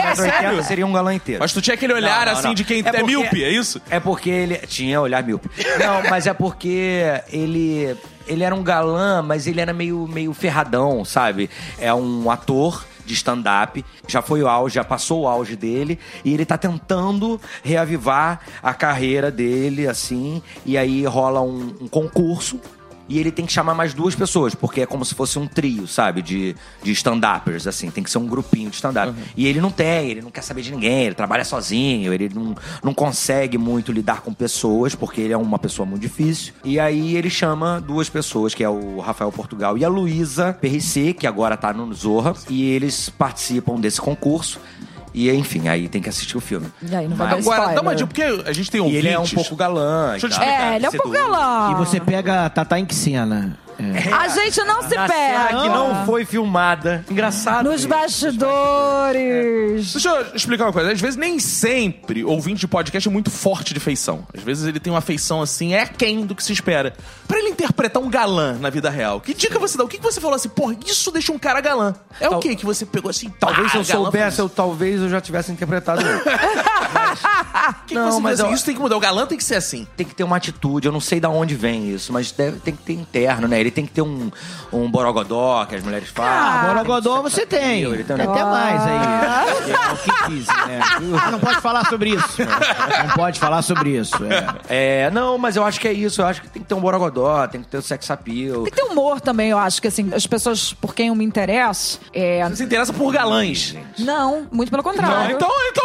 tivesse 1,80m, seria um galã inteiro.
Mas tu tinha aquele olhar
Não, não,
assim
não.
de quem é,
porque-
míope, é isso?
É porque ele. Tinha olhar míope. Não, mas é porque ele. Ele era um galã, mas ele era meio, meio ferradão, sabe? É um ator de stand-up, já foi o auge, já passou o auge dele, e ele tá tentando reavivar a carreira dele, assim, e aí rola um- um concurso e ele tem que chamar mais duas pessoas, porque é como se fosse um trio, sabe? De, de stand-uppers, assim. Tem que ser um grupinho de stand-up. E ele não tem, ele não quer saber de ninguém, ele trabalha sozinho, ele não, não consegue muito lidar com pessoas, porque ele é uma pessoa muito difícil. E aí ele chama duas pessoas, que é o Rafael Portugal e a Luísa PRC, que agora tá no Zorra. E eles participam desse concurso. E enfim, aí tem que assistir o filme.
E aí, não vai dar
Mas-
Agora, dá uma
Ah, spoiler.
dica, porque a gente tem
E
ouvintes.
ele é um pouco galã. e
Deixa eu te
tal.
explicar.
É, ele é um
Seduto.
pouco galã.
E você pega a Tatá em que cena? É.
A gente não se
Na cena
pega.
que não foi filmada. Engraçado.
Nos
isso.
bastidores.
Deixa eu explicar uma coisa. Às vezes nem sempre ouvinte de podcast é muito forte de feição. Às vezes ele tem uma feição assim, é aquém do que se espera. Pra ele interpretar um galã na vida real, que dica você dá? O que que você falou assim, porra, isso deixa um cara galã? É o
Tal-
que que você pegou assim?
Talvez
pá,
se eu
galã,
soubesse,
foi-
eu, talvez eu já tivesse interpretado ele.
O que que
Não,
você
mas
mas assim?
eu-
Isso tem que mudar. O galã tem que ser assim.
tem que ter uma atitude, eu não sei da onde vem isso, mas deve- tem que ter interno, né? Ele tem que ter um, um borogodó que as mulheres
Ah,
falam.
Borogodó você tem.
Ele tem
Tem
um-
até mais aí. É o que dizem, né? Ah, não pode falar sobre isso. Não pode falar sobre isso. é.
É, não, mas eu acho que é isso, eu acho que tem que ter um borogodó, tem que ter o sex appeal.
Tem que ter humor também, eu acho que assim, as pessoas por quem eu me interesso, é.
Você se interessa por galãs.
Não, muito pelo
Não,
contrário.
então, então,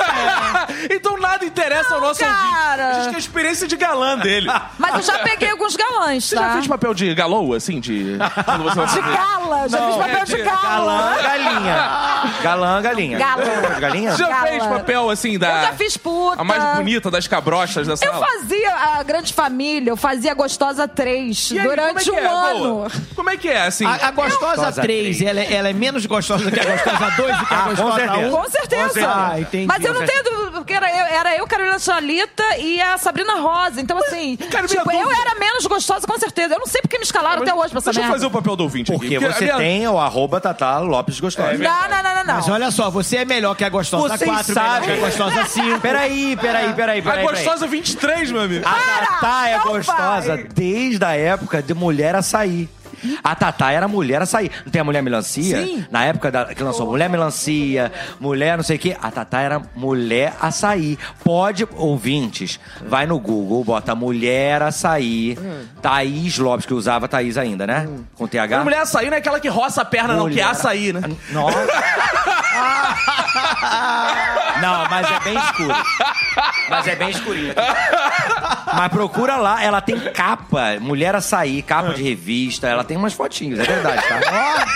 então nada interessa ao nosso
cara.
ouvinte. A gente tem a experiência de galã dele.
Mas eu já peguei alguns galãs,
Você
tá?
já fez papel de galoa, assim, de... Quando você
De gala, já fiz
é
papel de gala.
Galã, galinha. Galã, galinha.
Galo.
Galinha?
Já
Gala.
fez papel, assim, da...
Eu já fiz puta.
A mais bonita das cabrochas da
Tá. Eu
sala.
fazia a Grande Família, eu fazia a Gostosa 3
E aí,
durante
como é
um
que é,
ano.
Boa? Como é que é, assim?
A, a gostosa
Gostosa
3,
três.
ela, é- ela é menos gostosa do que a gostosa 2 do que a
Ah, com
gostosa
certeza.
1?
Com certeza.
É. Ah, entendi.
Mas eu não tenho dúvida, porque era eu, era eu, Carolina Solita e a Sabrina Rosa. Então, assim,
cara, minha
tipo, eu
dúvida-
era menos gostosa, com certeza. Eu não sei porque me escalaram até hoje pra essa
Deixa eu
merda.
fazer o papel do ouvinte
Porque
aqui. a
você
minha-
tem o arroba Tatá Lopes Gostosa.
Não, não, não, não, não.
Mas olha só, você é melhor que a gostosa
Vocês
4, melhor
sabem.
que a gostosa 5.
Peraí, peraí, peraí, peraí.
A
peraí.
gostosa 23, meu amigo.
A Tatá é
não
gostosa
vai.
desde a época de mulher açaí. A Tatá era mulher açaí. Não tem a mulher melancia?
Sim.
Na época da, que lançou mulher melancia, mulher não sei o quê. A Tatá era mulher açaí. Pode, ouvintes, vai no Google, bota mulher açaí,
Hum.
Thaís Lopes, que eu usava Thaís ainda, né? Com TH.
A mulher açaí não é aquela que roça a perna, não, que é
Mulher-
açaí, né?
Nossa. Não, mas é bem escuro. Mas é bem escurinho. Mas procura lá, ela tem capa, mulher açaí, capa de revista, ela tem umas fotinhas, é verdade, tá?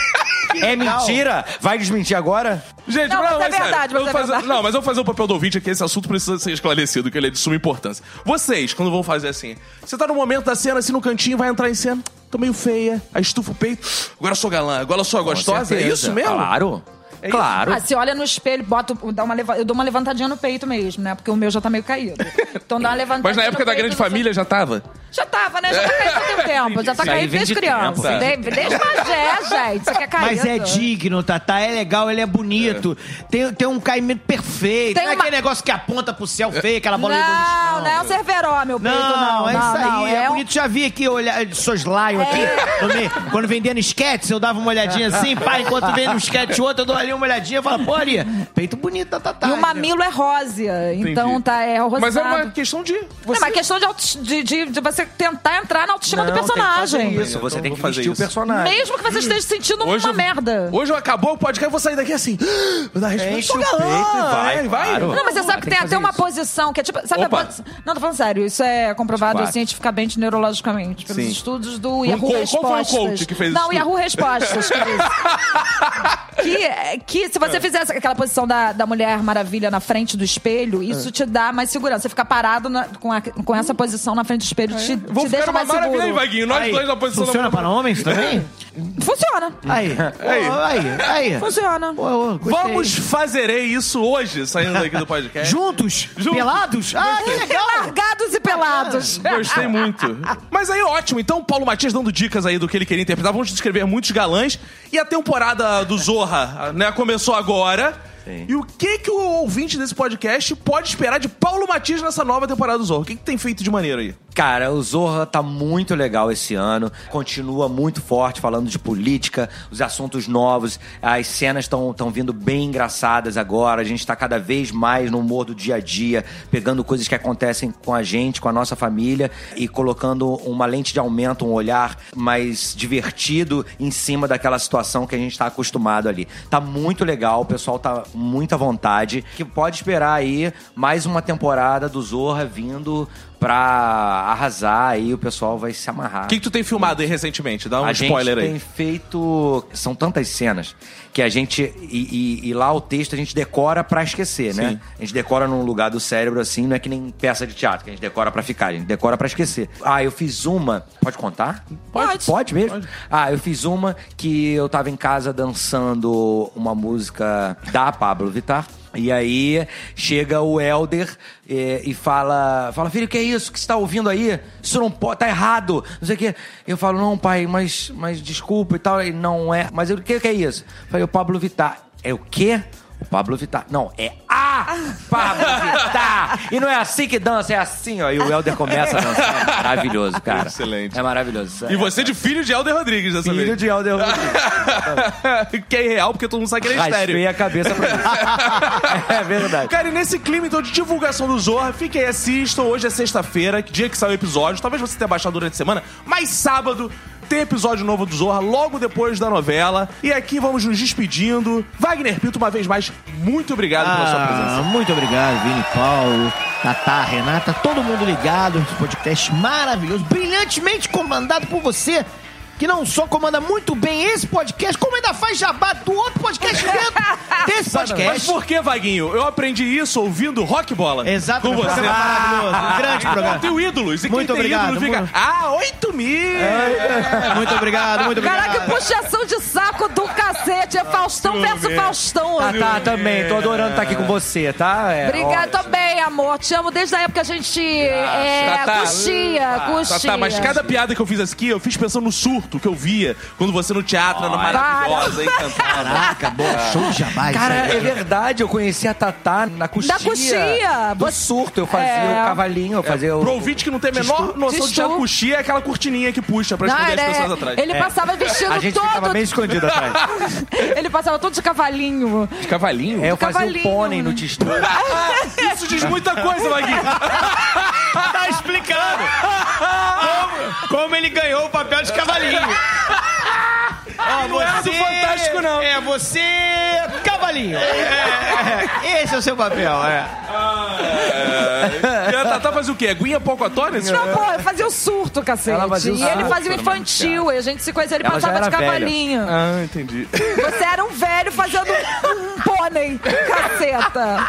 É mentira? Vai desmentir agora?
Gente,
Não, mas é
sério,
verdade,
eu
mas
vou
é
fazer-
verdade.
Não, mas eu vou fazer o papel do ouvinte aqui, esse assunto precisa ser esclarecido, que ele é de suma importância. Vocês, quando vão fazer assim, você tá no momento da cena, assim, no cantinho, vai entrar em cena, tô meio feia, aí estufa o peito, agora eu sou galã, agora eu sou a gostosa, é
certeza.
isso mesmo?
Claro.
É isso?
claro.
Ah, se olha no espelho, bota, dá uma leva- eu dou uma levantadinha no peito mesmo, né? Porque o meu já tá meio caído. Então dá uma levantadinha.
Mas na época
no
da
peito,
grande
não sei-
família já tava?
Já tava, né? Já tá caído há muito tempo. Já tá
Isso aí
caído
vem
desde
de
criança.
tempo,
De- Desde magé, gente. Isso aqui é caído.
Mas é digno, Tatá. É legal, ele é bonito. Tem, tem um caimento perfeito.
Tem
não é
uma-
aquele negócio que aponta pro céu feio, aquela bola de boliche,
Não, não é o Cerveró, meu peito, não.
Não, é isso aí.
não,
é,
um- É.
bonito. Já vi aqui olhar de soslaio aqui. no meio. Quando vendendo esquete, eu dava uma olhadinha assim, pá, enquanto vendo um esquete outro, eu dou ali uma olhadinha e falo, pô, ali, peito bonito, tá, tá, tá.
E o mamilo é rósea. Então tá, é rosado.
Mas é uma questão de...
Não, mas é questão de, autos- de, de- de você tentar entrar na autoestima do
Não, tem que fazer
personagem.
É isso, você
Então
tem
vou
que
fazer
vestir o
isso.
personagem.
Mesmo que você esteja sentindo uma
eu-
merda.
Hoje eu acabou o podcast, eu vou sair daqui assim. Vou dar resposta.
Enche o
eu sou galã,
peito e vai,
é, vai.
claro.
Não, mas você sabe que tem, até uma posição que é tipo. Sabe a
Opa.
posi- Não, tô falando sério, isso é comprovado
Fato.
cientificamente, neurologicamente, pelos
Sim.
estudos do Yahoo
qual- qual foi o
Respostas.
coach que fez
Não,
isso?
Yahoo Respostas, que, que, que se
É.
você fizesse aquela posição da, da Mulher Maravilha na frente do espelho,
É.
isso te dá mais segurança. Você ficar parado na- com, a- com essa posição na frente do espelho te,
É. Vou
te
ficar
deixa
numa
mais seguro.
maravilha aí, Vaguinho. Nós
Aí,
dois na posição
Funciona
da...
para homens também?
Funciona.
Aí,
Aí.
aí, aí. aí.
Funciona.
Pô, ô, gostei.
Vamos fazer isso hoje, saindo daqui do podcast.
Juntos?
Juntos.
Pelados? Ah, que legal!
Largados e pelados.
Gostei muito. Mas aí, ótimo. Então, Paulo Matias dando dicas aí do que ele queria interpretar. Vamos descrever muitos galãs. E a temporada do Zorra, né, começou agora. E o que que o ouvinte desse podcast pode esperar de Paulo Matias nessa nova temporada do Zorra? O que, que tem feito de maneiro aí?
Cara, o Zorra tá muito legal esse ano, continua muito forte falando de política, os assuntos novos, as cenas estão vindo bem engraçadas agora, a gente tá cada vez mais no humor do dia a dia, pegando coisas que acontecem com a gente, com a nossa família e colocando uma lente de aumento, um olhar mais divertido em cima daquela situação que a gente tá acostumado ali. Tá muito legal, o pessoal tá com muita vontade, que pode esperar aí mais uma temporada do Zorra vindo pra arrasar, aí o pessoal vai se amarrar.
O que, que tu tem filmado aí recentemente? Dá um
a
spoiler
gente
aí.
tem feito. São tantas cenas que a gente. E, e- e lá o texto a gente decora pra esquecer,
Sim.
né? A gente decora num lugar do cérebro assim, não é que nem peça de teatro, que a gente decora pra ficar, a gente decora pra esquecer. Ah, eu fiz uma. Pode contar?
Pode.
Pode mesmo? Ah, eu fiz uma que eu tava em casa dançando uma música da Pablo Vittar. E aí chega o Helder eh, e fala: fala, filho, que é isso que você tá ouvindo aí? Isso não pode, tá errado, não sei o quê. Eu falo, não, pai, mas, mas desculpa e tal. Ele não é. Mas eu- o que, que é isso? Eu falei, o Pablo Vittar. É o quê? O Pablo Vittar. Não, é a Pablo Vittar! E não é assim que dança, é assim, ó. E o Helder começa a dançar. É maravilhoso, cara.
Excelente.
É maravilhoso.
E você de filho de Helder Rodrigues dessa
Filho
vez.
de Helder Rodrigues.
que é irreal, porque todo mundo sabe que ele é estéreo.
Raspei a cabeça pra isso. É verdade.
Cara, e nesse clima então de divulgação do Zorra, fiquem aí, assistam. Hoje é sexta-feira, que dia que sai o episódio. Talvez você tenha baixado durante a semana, mas sábado tem episódio novo do Zorra, logo depois da novela. E aqui vamos nos despedindo. Wagner Pinto, uma vez mais, muito obrigado pela sua presença.
Ah, muito obrigado, Vini, Paulo, Tatá, Renata, todo mundo ligado. Esse podcast maravilhoso, brilhantemente comandado por você, que não só comanda muito bem esse podcast, como ainda faz jabá do outro podcast dentro desse
Mas
podcast.
por que, Vaguinho? Eu aprendi isso ouvindo Rock Bola.
Exato,
com você.
programa é maravilhoso, um grande
Eu
programa.
tenho ídolos. E
Muito
quem
obrigado,
tem ídolos fica...
muito- É,
Ah, 8 mil! É,
Muito obrigado, muito obrigado.
Caraca, puxação de saco do cacete. É Faustão versus Faustão.
Tá, tá, também. Tô adorando estar aqui com você, tá? É,
Obrigada, tô bem, amor. Te amo desde a época que a gente é,
Tatá.
Ah,
coxia,
Tá,
coxia.
tá, mas cada piada que eu fiz aqui, eu fiz pensando no surto que eu via quando você no teatro era maravilhosa e cantava.
Caraca, boa, show de jabá. isso
Cara,
aí.
é verdade, eu conheci a Tatá na coxia.
Da coxia.
Do
Você-
surto, eu fazia
É.
o cavalinho, eu fazia o...
Pro ouvinte que não tem a menor noção de
Tistu.
jacuxia, é aquela cortininha que puxa pra
Não,
esconder
ele, é-
as pessoas atrás.
ele passava vestido
É. A gente ficava
todo.
meio escondido atrás.
Ele passava todo de cavalinho.
De cavalinho?
É, eu
Do
fazia
cavalinho,
o pônei
né?
no tistu.
Isso diz muita coisa, Maguinho.
Tá explicando como, como ele ganhou o papel de cavalinho. Ó,
Ah, não era do Fantástico, não.
É, você é cavalinho.
Esse é o seu papel, é.
Ah, E a Tatá fazia tá, o quê? Aguinha pocotó nesse
Não, Tipo, pô, eu fazia o surto, cacete.
é. Ela fazia o
e ele
surto,
fazia o
mano,
infantil. E a gente se conhecia, ele
Ela já
passava de
era velha.
cavalinho.
Ah, entendi.
Você era um velho fazendo um pônei, caceta.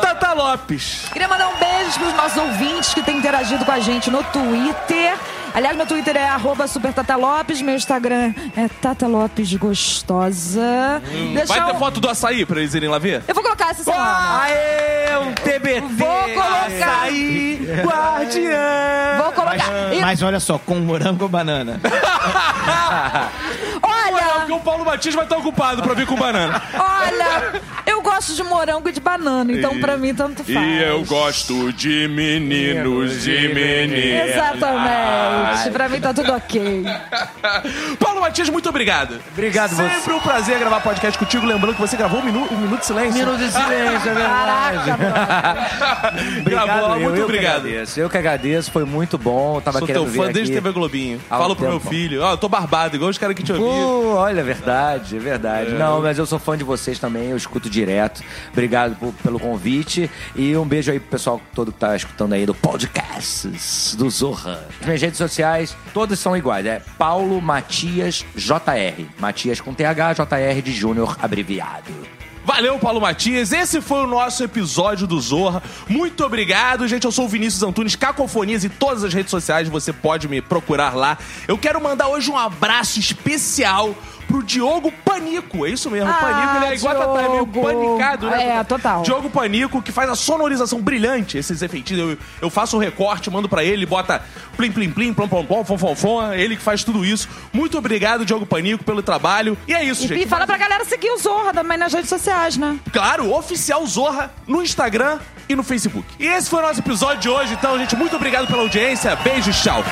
Tata Lopes.
Queria mandar um beijo pros nossos ouvintes que têm interagido com a gente no Twitter. Aliás, meu Twitter é arroba supertatalopes, meu Instagram é Tata Lopes Gostosa. Deixa
Hum, Vai
eu...
ter foto Ah! do açaí pra eles irem lá ver?
eu vou colocar essa semana.
Aê, um TBT.
Vou colocar.
Açaí, guardiã.
Vou colocar. E,
Mas olha só, com morango ou banana.
Não,
olha,
porque o Paulo Batista vai estar ocupado pra vir com banana.
olha, eu gosto de morango e de banana, então pra mim tanto faz.
gosto de meninos e meninas.
Exatamente. Pra mim tá tudo ok.
Paulo Matias, muito obrigado.
Obrigado,
Sempre
você.
um prazer gravar podcast contigo. Lembrando que você gravou um minuto, um minuto de silêncio.
Minuto de silêncio, é
Caraca,
verdade.
mano.
Gravou,
eu,
muito
eu
obrigado.
Que agradeço, eu que agradeço, foi muito bom. Tava
Sou
querendo
teu fã
vir
desde
aqui.
TV Globinho.
Há um
Falo pro meu
tempo.
filho. Ó, eu tô barbado, igual os caras que te ouviram.
Pô, olha, é verdade, é verdade. Não, mas eu sou fã de vocês também, eu escuto direto. Obrigado por- pelo convite e um beijo aí pro pessoal todo que tá escutando aí do podcast do Zorra. As minhas redes sociais, todas são iguais, é Paulo Matias JR. Matias com TH, JR de Júnior abreviado.
Valeu, Paulo Matias. Esse foi o nosso episódio do Zorra. Muito obrigado, gente. Eu sou o Vinícius Antunes, Cacofonias e todas as redes sociais. Você pode me procurar lá. Eu quero mandar hoje um abraço especial pro Diogo Panico. É isso mesmo,
Ah,
Panico. Ele é igual a Tatá, é meio
Diogo.
panicado, né?
É, total.
Diogo Panico, que faz a sonorização brilhante, esses efeitos. Eu, eu faço o recorte, mando pra ele, bota plim, plim, plim, plom, plom, plom, fom, fom, fom. É Ele que faz tudo isso. Muito obrigado, Diogo Panico, pelo trabalho. E é isso, gente.
E fala pra galera seguir o Zorra também nas redes sociais, né?
Claro, oficial Zorra no Instagram e no Facebook. E esse foi o nosso episódio de hoje, então, gente, muito obrigado pela audiência. Beijos, tchau.